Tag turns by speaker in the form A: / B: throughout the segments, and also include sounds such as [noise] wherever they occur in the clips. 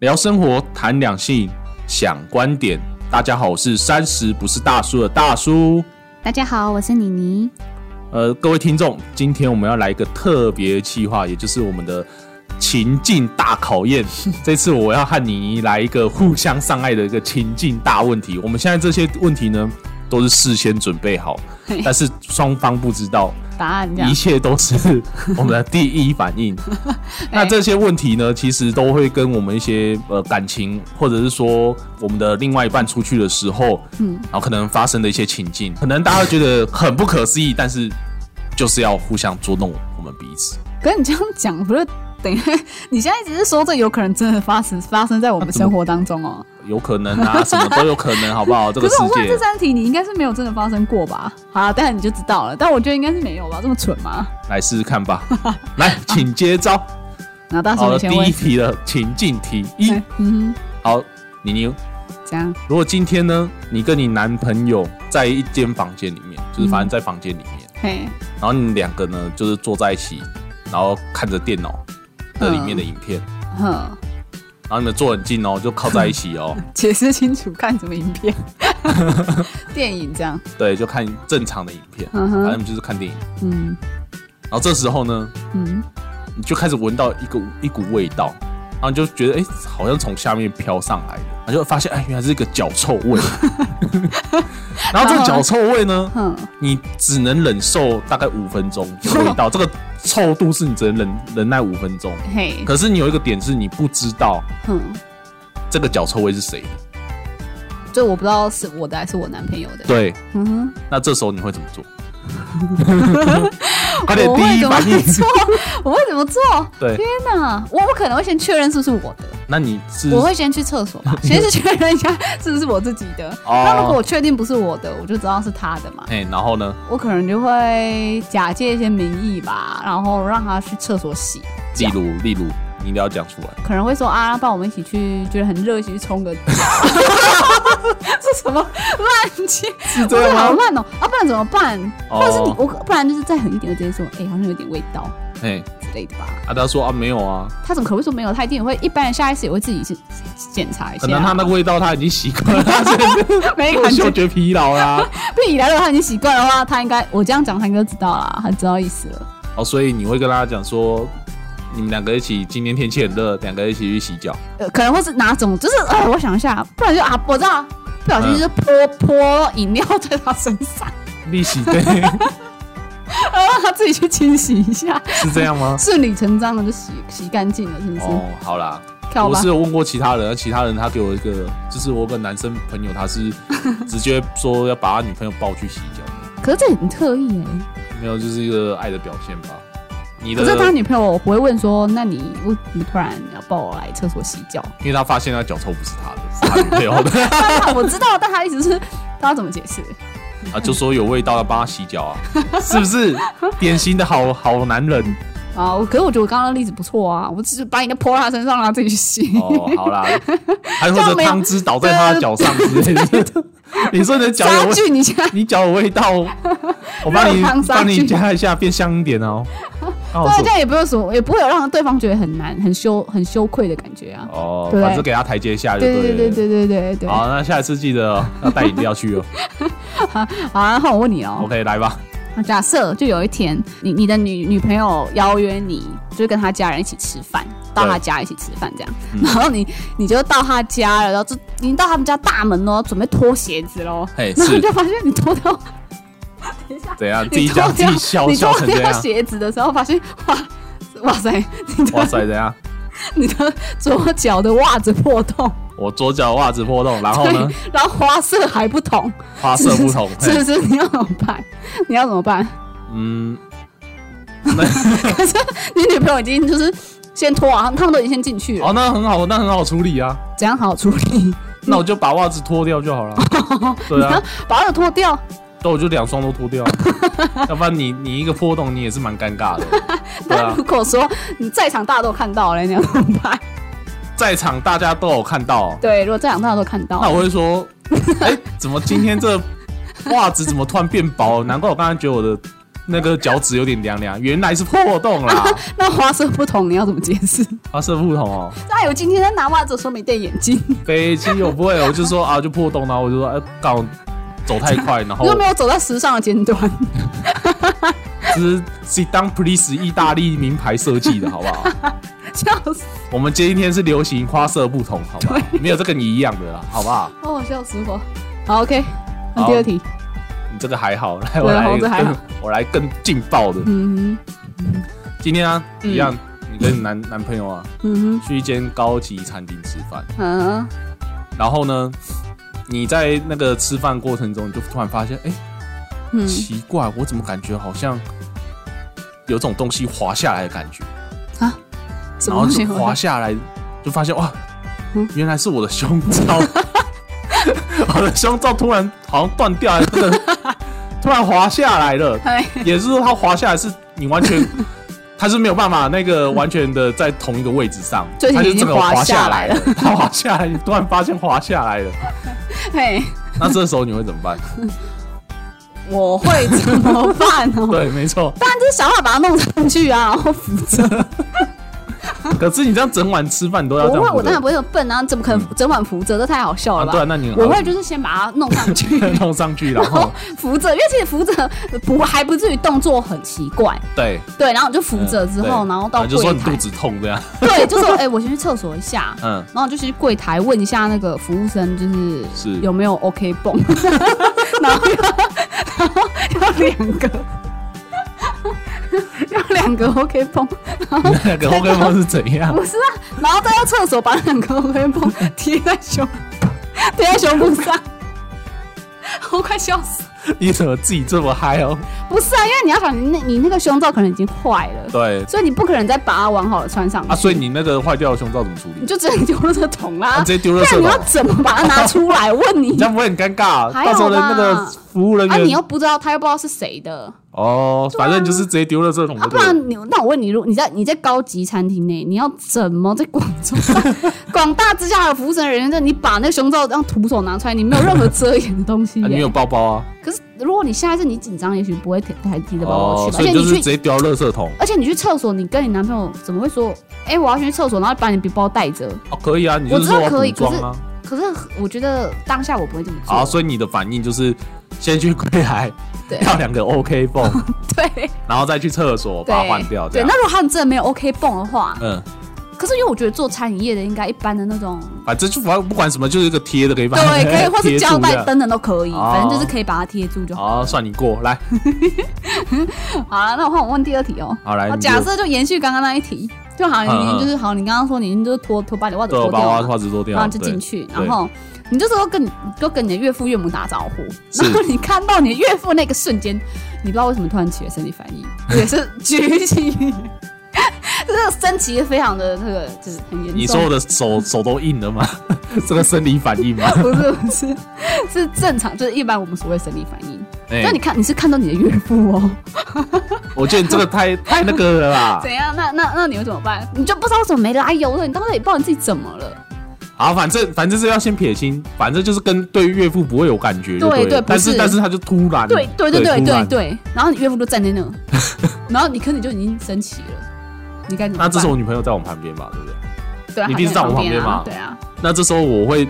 A: 聊生活，谈两性，想观点。大家好，我是三十不是大叔的大叔。
B: 大家好，我是妮妮。
A: 呃，各位听众，今天我们要来一个特别企划，也就是我们的情境大考
B: [laughs]
A: 验。这次我要和妮妮来一个互相伤害的一个情境大问题。我们现在这些问题呢，都是事先准备好，但是双方不知道。
B: 答案这
A: 一
B: 样，
A: 切都是我们的第一反应。
B: 哎
A: 那这些问题呢，其实都会跟我们一些呃感情，或者是说我们的另外一半出去的时候，嗯，然后可能发生的一些情境，可能大家会觉得很不可思议，但是就是要互相捉弄我们彼此。
B: 可是你这样讲，不是等于 [laughs] 你现在只是说这有可能真的发生发生在我们生活当中哦、
A: 有可能
B: [laughs]
A: 啊，什么都有可能，好不好？这
B: 可
A: 个世
B: 是我问
A: 界
B: 这，三题，你应该是没有真的发生过吧？好啦，当然你就知道了。但我觉得应该是没有吧，这么蠢吗？
A: 来试试看
B: [laughs]
A: 吧。来，请接招。
B: 然后大
A: 好
B: 叔
A: 了，第
B: 你啊先问
A: 一，题了，情境题一
B: 哎。 [laughs] 嗯
A: 好，妮妮，
B: 哼，这样
A: 如果今天呢，你跟你男朋友在一间房间里面，
B: 嗯
A: 就是反正在房间里面，
B: 嘿，
A: 然后你们两个呢就是坐在一起，然后看着电脑的里面的影片，
B: 嗯哼，
A: 然后你们坐很近哦，就靠在一起
B: [laughs]
A: 哦，
B: 解释清楚，看什么影片？ [laughs] 电影这样，
A: 对，就看正常的影片，反
B: 嗯
A: 正你
B: 哼，
A: 们就是看电影。
B: 嗯
A: 然后这时候呢，
B: 嗯，
A: 你就开始闻到一个一股味道，然后你就觉得哎，好像从下面飘上来的，然后就发现哎，原来是一个脚臭
B: [laughs]
A: 味。然后这个脚臭味呢，
B: 哼，
A: 你只能忍受大概五分钟的味
B: [laughs]
A: 道，这个臭度是你只能忍忍耐五分钟。
B: 嘿，
A: 可是你有一个点是你不知道
B: 哼，
A: 这个脚臭味是谁的，
B: 这我不知道是我的还是我男朋友的。
A: 对，
B: 嗯哼，
A: 那这时候你会怎么
B: [laughs]
A: 做？快点，
B: 我
A: 第
B: 会
A: 一
B: 怎么
A: 反应
B: 做？ [laughs] 我会怎么做？
A: 对，
B: 天哪，我我可能会先确认是不是我的，
A: 那你是
B: 我会先去厕
A: [laughs]
B: 所吧，先是确认一下是不是我自己的。
A: 哦
B: 那如果我确定不是我的，我就知道是他的嘛，
A: 哎，然后呢？
B: 我可能就会假借一些名义吧，然后让他去厕所洗。
A: 例如，例如，你一定要讲出来。
B: 可能会说啊，帮我们一起去，觉得很热，一起去冲个澡。 [laughs] 这什么乱七？
A: 是
B: 这个好乱哦！啊，不然怎么办？
A: 哦
B: 或者是你我，不然就是再狠一点，我直接说，哎、好像有点味道
A: 哎，
B: 之类的吧。
A: 啊，他说啊，没有啊，
B: 他怎么可能会说没有？他一定也会，一般人下意识也会自己去检查一下。
A: 可
B: 啊
A: 能他那个味道他已经习惯
B: [laughs]
A: 了，他是
B: 没感觉
A: 嗅，觉疲劳啦。
B: 不以来了，他已经习惯的话，他应该我这样讲，他应该知道啦，他知道意思了。
A: 哦，所以你会跟他讲说，你们两个一起，今天天气很热，两个一起去洗
B: [laughs]
A: 脚。
B: 呃，可能会是哪种，就是呃，我想一下，不然就啊，我知道，不小心就是泼
A: 嗯
B: 泼饮料在他身
A: [laughs]
B: 上，
A: 利息对，
B: 然后让他自己去清洗一下，
A: 是这样
B: [laughs]
A: 吗？
B: 顺理成章的就洗洗干净了，是不是？
A: 哦，好啦，
B: 跳
A: 我
B: 吧
A: 是，有问过其他人，其他人他给我一个，就是我有个男生朋友，他
B: [laughs]
A: 是直接说要把他女朋友抱去洗脚，
B: 可是这很特意哎、
A: 没有，就是一个爱的表现吧。你的
B: 可，是他女朋友我不会问说，那你为什么突然要抱我来厕所洗
A: [laughs]
B: 脚？
A: 因为他发现他脚臭不是他的，是他女朋友
B: [laughs]
A: 的
B: 啊我知道，但他意思是，他要怎么解释？
A: 啊，就说有味道要帮他洗脚啊，
B: [laughs]
A: 是不是？典型的好好男人
B: 啊，我可是我觉得我刚刚的例子不错啊，我只是把你的泼到他身上，让他自己去洗。
A: 哦，好啦，还或
B: 这
A: 者
B: 样没有
A: 汤汁倒在他的脚上之类的。你说你的脚
B: 杀
A: 有味，
B: 菌一
A: [laughs]
B: 下，
A: 你脚有味道，我帮你
B: 热汤杀
A: 帮你
B: 菌
A: 加一下，变香一点
B: [laughs]
A: 哦。刚好
B: 对，
A: 是
B: 这样也不用什么，也不会有让对方觉得很难、很羞、很羞愧的感觉啊。
A: 哦，
B: 对
A: 反正给他台阶下就
B: 对
A: 了
B: 对对对对对对。
A: 好，那下一次记得要带饮料去
B: [laughs]
A: 哦。
B: 好啊，然后我问你哦，
A: OK，来吧。
B: 假设就有一天，你你的女女朋友邀约你，就是跟她家人一起吃饭，到她家一起吃饭这样，
A: 嗯
B: 然后你你就到她家了，然后就已经到他们家大门喽，准备脱鞋子喽，
A: 嘿，
B: 然后
A: 是
B: 你就发现你脱掉，等一下，
A: 怎样？自己
B: 你脱
A: 讲自
B: 掉
A: 己笑
B: 你
A: 笑
B: 脱
A: 成这
B: 掉
A: 样。
B: 鞋子的时候，发现哇哇塞，你
A: 哇
B: 的
A: 塞，怎样？
B: [laughs] 你的左脚的袜子破洞，
A: 我左脚袜子破洞，然后呢
B: 对，，然后花色还不同，
A: 花色不同。
B: [laughs] 是
A: 嘿
B: 不是？你要怎么办？ [laughs] 你要怎么办？
A: 嗯，
B: 可是你女朋友已经就是先脱啊，他们都已经先进去了，
A: 哦，那很好，那很好处理啊。
B: 怎样好好处理？
A: 那我就把袜子脱掉就
B: [laughs]
A: 好了。对
B: 你要
A: 啊，
B: [laughs] 把它脱掉，
A: 那我就两双都脱
B: [laughs]
A: 掉啊，要不然你你一个破洞，你也是蛮尴
B: [laughs]
A: 尬的。对
B: 但
A: 啊
B: 如，果说你在场大家都看到了，你要怎么办？ [laughs]
A: 在场大家都有看到哦，
B: 对，如果在场大家都看
A: 那
B: 到，
A: 我会说， [laughs] 哎，怎么今天这袜子怎么突然变薄？难怪我刚才觉得我的那个脚趾有点凉凉，原来是破洞
B: [laughs]
A: 啦。
B: 那花色不同，你要怎么解释？ [laughs]
A: 花色不同哦，
B: 那有今天在拿袜子的时候没戴眼镜，
A: 飞机我不会，我就说啊就破洞，然后我就说哎刚、好走太快，然后
B: [laughs] 你有没有走到时尚的尖端？ [laughs]
A: 是是当 please 意大利名牌设计的好不
B: [laughs]
A: 好？
B: 笑死！
A: 我们今天是流行花色不同，好不好？没有这跟你一样的啦，好不好？
B: 哦，笑死我。好，OK，那第二题，
A: 你这个还好，来
B: 对
A: 我来
B: [laughs] 我这还
A: 更
B: 好
A: 我来更劲爆的。
B: 嗯哼，
A: 今天啊，
B: 嗯
A: 一样，你跟你男男朋友啊
B: 嗯
A: 去一间高级餐厅吃饭，
B: 哼，嗯，
A: 然后呢，你在那个吃饭过程中，你就突然发现，哎、
B: 嗯，
A: 奇怪，我怎么感觉好像有种东西滑下来的感觉，
B: 什
A: 然
B: 么
A: 后
B: 东西
A: 就？
B: [laughs]
A: 滑下来，就发现哇
B: 嗯，
A: 原来是我的胸
B: [laughs]
A: 罩，我的胸罩突然好像断掉了，真的突然滑下来了，
B: 哎，
A: 也是说它滑下来是你完
B: [laughs]
A: 全。它是没有办法那个完全的在同一个位置上，
B: 就是
A: 它
B: 已
A: 就
B: 经
A: 整个
B: 滑
A: 滑
B: 下
A: 下
B: 来
A: 来了，它滑下来，你突然发现滑下来
B: [laughs]
A: 了，
B: 嘿，
A: 那这时候你会怎么办？
B: 我会怎么办
A: [laughs]
B: 哦？
A: 对，没
B: [laughs]
A: 错。
B: 当然就是想办法把它弄上去啊，然后扶着。
A: 可是你这样整晚吃饭你都要
B: 我
A: 这样
B: 会，
A: 扶着，
B: 我当然不会那么笨啊，怎么可能整晚扶着？这太好笑
A: 啊，
B: 了
A: 对啊，
B: 吧？
A: 那你很
B: 我
A: 好
B: 会就是先把它弄
A: [laughs]
B: 上去，
A: 弄上去，然
B: 然
A: [laughs]
B: 后
A: 后
B: 扶着，因为其实扶着不还不至于动作很奇怪， [laughs]
A: 对
B: 对，然后你就扶着
A: 嗯
B: 之后，
A: 对
B: 然后到
A: 就说
B: 柜
A: 你肚
B: 台，
A: 子痛这样，
B: [laughs] 对，就说哎、我先去厕所一下， [laughs]
A: 嗯，
B: 然后就去柜台问一下那个服务生，就是
A: 是
B: 有没有 OK 泵， [laughs] 然后 [laughs] 要然后要两个， [laughs] 要两个 OK 泵，
A: 那个 OK 风是怎样？
B: [laughs] 不是啊，然后再到厕所把两个 OK 泵贴在胸，贴在胸部上， [laughs] 我快笑死了。
A: 你怎么自己这么嗨哦？
B: 不是啊，因为你要想，你那你那个胸罩可能已经坏了， [laughs]
A: 对
B: 所以你不可能再把它完好的穿上去
A: 啊，所以你那个坏掉的胸罩怎么处
B: 你
A: 理？
B: 就只能丢垃圾桶啦。
A: 啊，直接丢
B: 不
A: 垃圾
B: 然你要
A: 桶，
B: 怎么把它拿出
A: [laughs]
B: 来？问你
A: 这样不会很尴尬？啊
B: 还好吧
A: 到时候的那个服务人
B: 啊，你又
A: 员
B: 不知道，他又不知道是谁的
A: 哦，反正就是直接丢垃圾桶
B: 啊，
A: 就
B: 不
A: 对了。
B: 然你那我问你，如果你在你在高级餐厅内，你要怎么在广州 [laughs] 广大之下的服务生人员，那你把那个胸罩让徒手拿出来，你没有任何遮掩的东西、
A: 啊，
B: 耶
A: 你有包包啊？
B: 可是如果你下一次你紧张，也许不会提抬提着包包去
A: 哦
B: 吧，
A: 所
B: 而且
A: 以就是直
B: 你去。
A: 接丢垃圾桶。
B: 而且你去厕所，你跟你男朋友怎么会说？哎、我要去厕所，然后把你背包带着。
A: 哦，可以啊，你
B: 我
A: 就是说
B: 知道
A: 我要
B: 可以
A: 补妆啊。
B: 可是我觉得当下我不会这么做。
A: 啊，所以你的反应就是先去柜台
B: 对
A: 要两个 OK 泵，
B: 对
A: 然后再去厕所把它换掉。这
B: 对，
A: 样
B: 那如果他们真的没有 OK 泵的话，
A: 嗯，
B: 可是因为我觉得做餐饮业的应该一般的那
A: [laughs]
B: 种，
A: 反正就不不管什么，就是一个贴的可以把它 [laughs]
B: 对，可以或是
A: 贴住
B: 胶
A: 这
B: 带
A: 样。
B: 等等都可以，
A: 哦
B: 反正就是可以把它贴住就好。
A: 好，算你过来，
B: 好了，那我换我问第二题哦。
A: 好来，
B: 好，
A: 哦哎你
B: 假
A: 就
B: 设就延续刚刚那一题，就好，
A: 嗯
B: 你就是好，你刚刚说你就是脱脱把你袜子
A: 对，
B: 脱
A: 我把
B: 掉
A: 花
B: 嘛，
A: 花枝做掉，
B: 然后就
A: 对啊
B: 进去，
A: 对
B: 然后你这时候跟你就跟你的岳父岳母打招呼，
A: 是
B: 然后你看到你的岳父那个瞬间，你不知道为什么突然起了生理反
A: [laughs]
B: 应，也是举起，这个升旗非常的那个就是很严重。
A: 你说我的手手都硬了吗？ [laughs] 这个生理反应
B: [laughs]
A: 吗？
B: 不是不是，是正常，就是一般我们所谓生理反应。
A: 哎
B: 那、你看，你是看到你的岳父哦，
A: 我觉得你这个太太那个了
B: [laughs]
A: 啦。
B: 怎样？那那那你会怎么办？你就不知道怎么没来由了，你当时也不知道你自己怎么了。
A: 好，反正反正是要先撇清，反正就是跟对岳父不会有感觉就
B: 对
A: 对
B: 对
A: 了，
B: 不
A: 但
B: 是
A: 但是他就突然，
B: 对对对对
A: 嗯突
B: 对
A: 然
B: 对，然后你岳父就站在那，
A: [laughs]
B: 然后你可能就已经升旗了，你该怎么
A: 那
B: 办？
A: 这时候我女朋友在我旁边吧，对不对？
B: 对啊，
A: 你
B: 他
A: 一定是在我旁
B: 边
A: 边
B: 啊
A: 嘛
B: 对啊，
A: 那这时候我会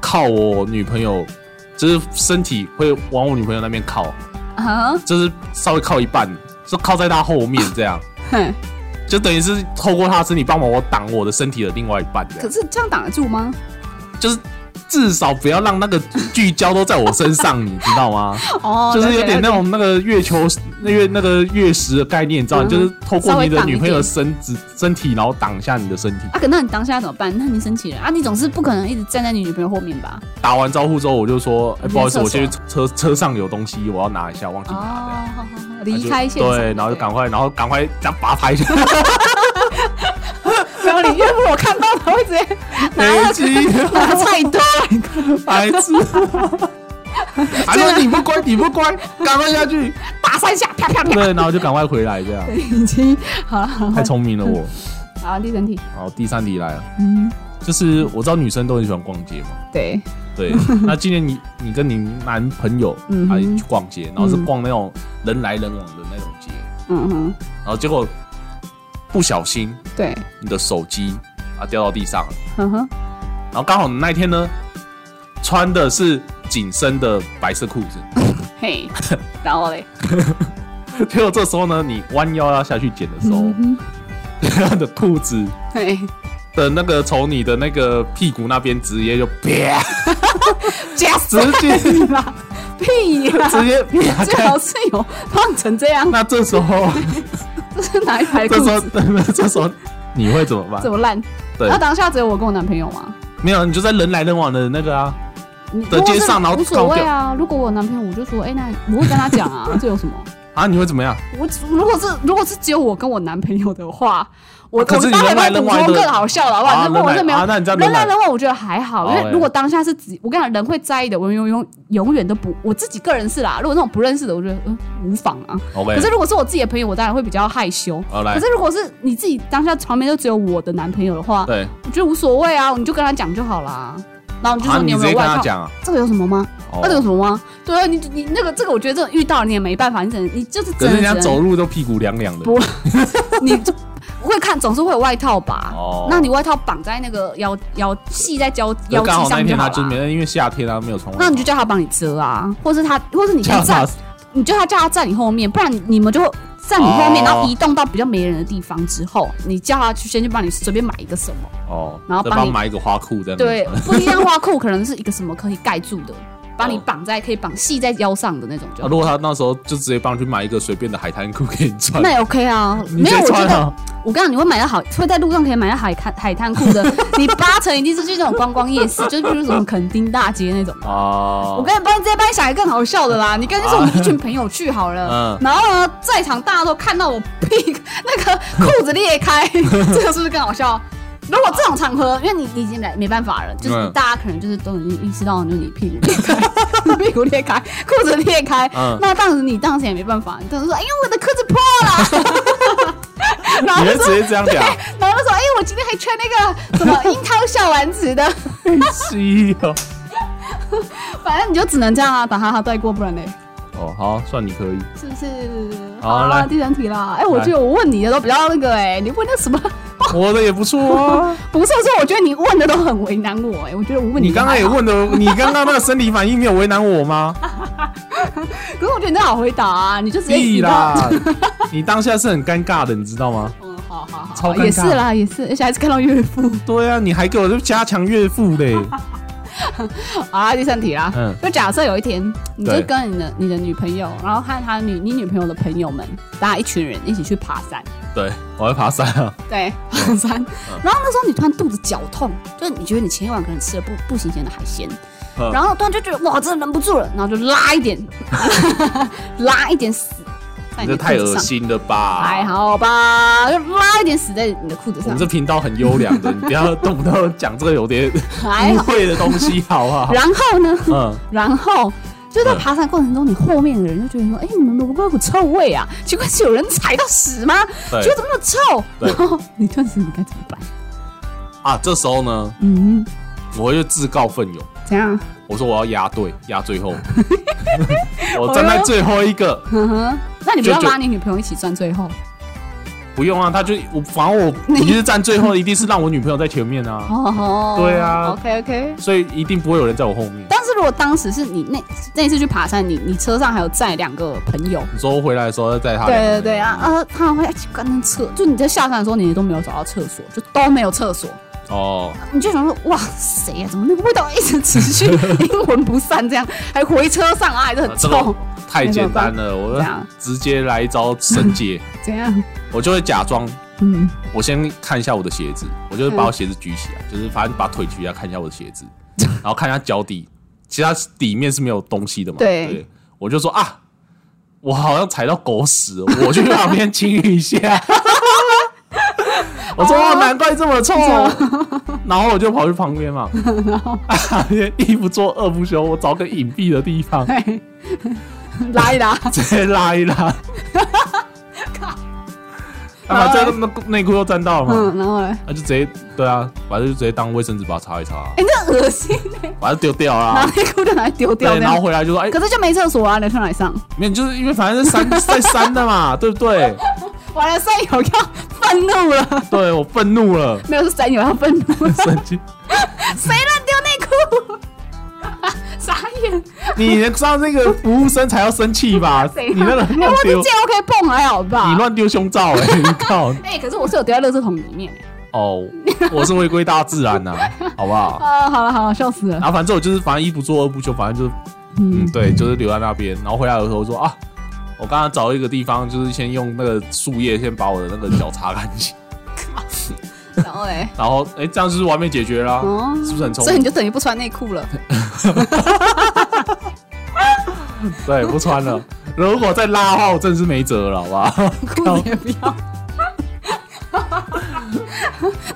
A: 靠我女朋友，就是身体会往我女朋友那边靠，
B: 啊，
A: 就是稍微靠一半，就靠在她后面这
B: [laughs]
A: 样，
B: 哼，
A: 就等于是透过她的身体帮忙我挡我的身体的另外一半，这
B: 可
A: 样，
B: 是这样挡得住吗？
A: 就是至少不要让那个聚焦都在我身上，你知道吗？
B: 哦，
A: 就是有
B: 了解
A: 点那
B: 了
A: 种那个月球那月那个月食的概念，你知道吗？
B: 嗯
A: 就是透
B: 稍
A: 过
B: 微
A: 你的
B: 挡一
A: 女朋友
B: 点
A: 的身子身体，然后挡一下你的身体。
B: 解啊，可那你当下怎么办？那你升旗了啊，你总是不可能一直站在你女朋友后面吧？
A: 打完招呼之后，我就说：“哎、
B: 你去
A: 不好意思，
B: 厕
A: 我
B: 所
A: 先去车车上有东西，我要拿一下，忘记拿。
B: 哦，
A: 这样
B: 好好好，
A: 啊他
B: 离
A: 就
B: 开现场，
A: 对，然后就
B: 对
A: 赶快，然后赶快这样把它拍
B: [laughs]
A: 下来。
B: 然后你岳父我看到他会直接拿
A: 飞机
B: 拿 [laughs] 菜刀，
A: 白痴，还说哎你不乖，你不乖，赶快下去。
B: 打三下，啪
A: [laughs]
B: 啪啪。
A: 对，然后就赶快回来，这样
B: 已经好了，
A: 太聪明了我。
B: 好，第三题，
A: 然后第三题来了，
B: 嗯，
A: 就是我知道女生都很喜欢逛街嘛，
B: 对， [laughs]
A: 对。那今年你你跟你男朋友
B: 嗯
A: 啊
B: 哼
A: 去逛街，然后是逛那种人来人往的那种街，
B: 嗯哼，
A: 然后结果不小心
B: 对，
A: 你的手机啊掉到地上了，
B: 嗯哼，
A: 然后刚好你那一天呢穿的是紧身的白色裤
B: [laughs]
A: 子，
B: 嘿，然后
A: [laughs]
B: 嘞，
A: 结果这时候呢你弯腰要下去捡的时候，
B: 嗯哼，
A: [laughs] 他的裤子 [laughs]
B: 嘿，
A: 的那个从你的那个屁股那边直接就啪，
B: 假死 [laughs]
A: 直接
B: 啦，屁
A: [laughs]
B: 啦，
A: 直接啪
B: [laughs] 最
A: 开 [laughs]
B: 好。是有胖成这样， [laughs]
A: 那这时候，
B: 这是哪一排裤
A: 这时候
B: 子，
A: 这时候 [laughs] 你会怎么办
B: 这？么烂？
A: 对
B: 那当下只有我跟我男朋友吗？
A: 没有，你就在人来人往的那个啊，
B: 你
A: 在街上然后
B: 无所
A: 高
B: 谓
A: 调
B: 啊。如果我有男朋友，我就说，哎、那我会跟他
A: [laughs]
B: 讲啊，这有什么？
A: 啊，你会怎么样？
B: 我如果是如果是只有我跟我男朋友的话，我、
A: 啊可是
B: 我
A: 你
B: 当然
A: 人来
B: 把它
A: 人
B: 捕
A: 往
B: 捉
A: 的
B: 更好笑了，好不好？
A: 啊
B: 如果我是没
A: 人
B: 有、
A: 来啊那你这样
B: 人
A: 人来
B: 来人往，我觉得还好，
A: 好
B: 因为
A: 欸
B: 如果当下是只我跟你讲，人会在意的，我永永永远都不我自己个人是啦。如果那种不认识的，我觉得嗯无妨啊。
A: OK，
B: 可是如果是我自己的朋友，我当然会比较害羞。
A: 好哦来
B: 可，是如果是你自己当下旁边就只有我的男朋友的话，
A: 对，
B: 我觉得无所谓啊，你就跟他讲就好啦。然后你就
A: 啊，
B: 说
A: 你
B: 有
A: 直
B: 没
A: 接
B: 有
A: 跟
B: 外
A: 他
B: 套？
A: 讲啊，
B: 这个有什么吗？
A: 哦
B: 那、这个有什么吗？对啊，你你那个这个，我觉得这种遇到你也没办法，你只能你就是
A: 可
B: 真
A: 是人
B: 的
A: 家
B: 只能
A: 走路都屁股凉凉的，
B: 不你就会看，总是会有外套吧？
A: 哦
B: 那你外套绑在那个腰腰系在腰
A: 就
B: 腰
A: 刚好
B: 际
A: 那一
B: 上就
A: 天
B: 好
A: 他就没
B: 了。，
A: 因为夏天他没有穿外套，
B: 那你就叫他帮你遮啊，或是他，或是你
A: [laughs] 叫
B: 就
A: 他
B: 站，你就他叫他站你后面，不然你们就会站你后面，
A: 哦
B: 然后移动到比较没人的地方之后，你叫他去先去帮你随便买一个什么，
A: 哦，
B: 然后
A: 再
B: 帮
A: 帮
B: 你
A: 买一个花裤这样子，啊
B: 对，不一样花裤可能是一个什么可以盖住的，把你绑在可以绑系在腰上的那种
A: 啊。
B: 就好。
A: 如果他那时候就直接帮你去买一个随便的海滩裤给你穿，
B: 那也 OK 啊，
A: 你
B: 没
A: 直
B: 有
A: 接
B: 我觉
A: 穿
B: 得
A: 啊，
B: 我跟你讲，你会买到好，会在路上可以买到海滩海滩裤的，你八成一定是去那种观光夜市， [laughs] 就是比如什么垦丁大街那种。我
A: [laughs] 哦，
B: 跟你帮你直接帮你想一个更好笑的
A: [laughs]
B: 啦，你跟就是我们一群朋友去好了，
A: 嗯
B: 然后呢，在场大家都看到我屁股那个裤子裂开，
A: [laughs]
B: 这个是不是更好笑？如果这种场合，因为你你已经没没办法了，就是
A: 嗯
B: 大家可能就是都已经意识到，就是你屁股裂
A: [laughs]
B: 开，屁股裂开，裤子裂开，
A: 嗯
B: 那当时你当时也没办法，你当时说，哎呦我的裤子破
A: [laughs]
B: 了，然后
A: 你
B: 就
A: 会
B: 说
A: 直接这样讲，
B: [laughs] 然后就说：“哎、我今天还穿那个什么樱桃小丸子的。
A: 是哦，”
B: 反正你就只能这样啊，把哈哈带过，不然嘞，
A: 哦，好，算你可以，
B: 是不是？
A: 好
B: 啊
A: 来
B: 第三题啦。哎、我觉得我问你的都比较那个哎、你问的什么？
A: 我的也不错啊。
B: 不是，是我觉得你问的都很为难我哎、我觉得 [laughs] 我问
A: 你
B: 的
A: 刚刚
B: 还
A: 也
B: 好，
A: 问的，你刚刚那个生理反应没有为难我吗？
B: 可是我觉得你都好回答啊，你就直接
A: 屁
B: 移到。
A: 啦！你当下是很尴尬的，你知道吗？
B: 嗯，好好
A: 超
B: 好，
A: 尴尬
B: 也是啦，也是，而且还是看到岳父。 [laughs]
A: 对啊，你还给我就加强岳父嘞。
B: 好啊啦，第三题啦。
A: 嗯
B: 就假设有一天，你就
A: 对
B: 跟你的你的女朋友，然后和她女你女朋友的朋友们，大家一群人一起去爬山。
A: 对，我会爬山
B: [laughs]
A: 啊。
B: 对，爬山。
A: 嗯
B: 然后那时候你突然肚子绞痛，就是你觉得你前一晚可能吃了不不新鲜的海鲜，
A: 嗯
B: 然后突然就觉得哇，真的忍不住了，然后就拉一点， [laughs] 拉一点死在
A: 你
B: 你的
A: 这太
B: 裤
A: 恶
B: 子上。
A: 心了吧！
B: 还，好吧，就拉一点死在你的裤子
A: 我
B: 上
A: 们这，频道很优良的，你不要动不动讲这个有点
B: 还
A: 污
B: 好。
A: 秽的东西，好不好？
B: 然后呢，
A: 嗯，
B: 然后就在
A: 嗯
B: 爬山过程中，你后面的人就觉得说，哎，你们萝卜有臭味啊？奇怪，是有人踩到屎吗？
A: 对
B: 觉得怎么那么臭？
A: 对
B: 然后你顿时你该怎么办？
A: 啊，这时候呢，
B: 嗯，
A: 我就自告奋勇，
B: 怎样？
A: 我说我要压队，压最
B: [laughs]
A: 后，我站在最后一个，
B: 哼嗯哼，那你不要
A: 就就
B: 拉你女朋友一起站最后
A: 不用啊，他就我反
B: [laughs]
A: 正我一定是站最后，一定是让我女朋友在前面啊，
B: 哦。
A: 对啊
B: ，OK OK。
A: 所以一定不会有人在我后面。
B: 但是如果当时是你那那一次去爬山，你你车上还有载两个朋友，
A: 你说我回来的时候再载他。
B: 对对对啊，，呃，他们会一起关灯厕，就你在下山的时候，你都没有找到厕所，就都没有厕所，
A: 哦，
B: 你就想说，哇，谁呀、怎么那个味道一直
A: [laughs]
B: 持续，阴魂不散这样，还回车上啊，还是很
A: 这个
B: 臭，
A: 太简单了，
B: 怎
A: 我
B: 样
A: 直接来一招神解，
B: 怎样？
A: 我就会假装
B: 嗯，
A: 我先看一下我的鞋子，我就是把我鞋子举起来，就是反正把腿举起来看一下我的鞋子，然后看一下脚底，其实它底面是没有东西的嘛。
B: 对
A: 我就说啊，我好像踩到狗屎了，我去旁边清一
B: [laughs]
A: 下。我说、
B: 哦
A: 哦、难怪这么臭， [laughs] 然后我就跑去旁边
B: [laughs]
A: 嘛， [laughs] 啊，一不做二不休，我找个隐蔽的地方，
B: 嘿 [laughs] 拉一拉，
A: 直接拉一拉。把啊这内裤内裤都沾到了嘛，
B: 嗯，然后嘞，
A: 那就直接对啊，反正就直接当卫生纸把它擦一
B: [laughs]
A: 擦，
B: 哎，那很恶心，
A: 把它丢掉
B: 拿
A: 啦。
B: 内裤就拿来 [laughs] 丢掉
A: 哦对，
B: 这
A: 然后
B: 样。
A: 回来就说，哎，
B: 可是就没厕所啊，你去哪里上？
A: 没有，就是因为反正是删在删的
B: [laughs]
A: 嘛，对不对？
B: 完了，三友要愤怒了，
A: [laughs] 对我愤怒
B: [laughs]
A: 了，
B: 没有是三友
A: [laughs]
B: 要愤怒，
A: 神经！
B: 谁乱丢内裤？ [laughs] 傻眼！
A: 你能知道那个服务生才要生气吧？
B: [laughs] 谁啊
A: 你那个
B: 哎，
A: 乱
B: 我的
A: 丢，
B: 借我可以蹦还好吧？
A: 你乱丢胸罩哎、你靠！
B: 哎、可是我是有丢在垃圾桶里面、
A: 哦，我是回归大自然呐、好不好？
B: 啊，好了好了，笑死了
A: 然。后反正我就是，反正一不做二不休，反正就是，
B: 嗯
A: 嗯，对，就是留在那边。然后回来的时候说啊，我刚刚找一个地方，就是先用那个树叶先把我的那个脚擦干
B: [laughs]
A: 净，
B: 然后哎、
A: 然后哎、这样就是完美解决啦，
B: 哦
A: 是不是很聪
B: 所以
A: 明？
B: 你就等于不穿内裤
A: [laughs]
B: 了。
A: 对，不穿了。如果再拉的话，我真的是没辙了，好
B: [laughs]
A: 吧？
B: 裤子也不要，你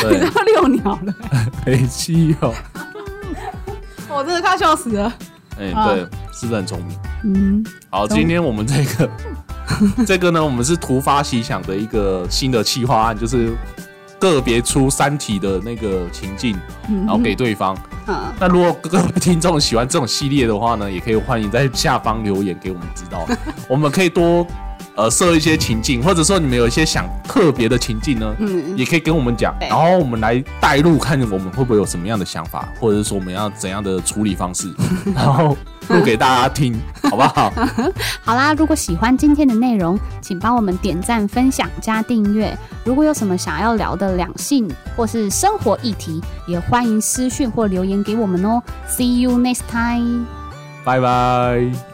A: 对，
B: [laughs] 要遛鸟了，
A: 没气哦。
B: 我真的快笑死了。
A: 哎、
B: 啊
A: 对，是不是很聪明？
B: 嗯，
A: 好，今天我们这
B: [laughs]
A: 个这个呢，我们是突发奇想的一个新的企划案，就是个别出三体的那个情境，然
B: 嗯
A: 后给对方。
B: 啊，
A: 那如果各位听众喜欢这种系列的话呢，也可以欢迎在下方留言给我们知
B: [laughs]
A: 道，我们可以多呃设一些情境，或者说你们有一些想特别的情境呢，
B: 嗯
A: 也可以跟我们讲，
B: 对
A: 然后我们来带入，看我们会不会有什么样的想法，或者是说我们要怎样的处理方式，然后录给大家听，好不好？
B: 好啦，如果喜欢今天的内容，请帮我们点赞、分享、加订阅。如果有什么想要聊的两性或是生活议题，也欢迎私讯或留言给我们哦。See you next time.
A: 拜拜。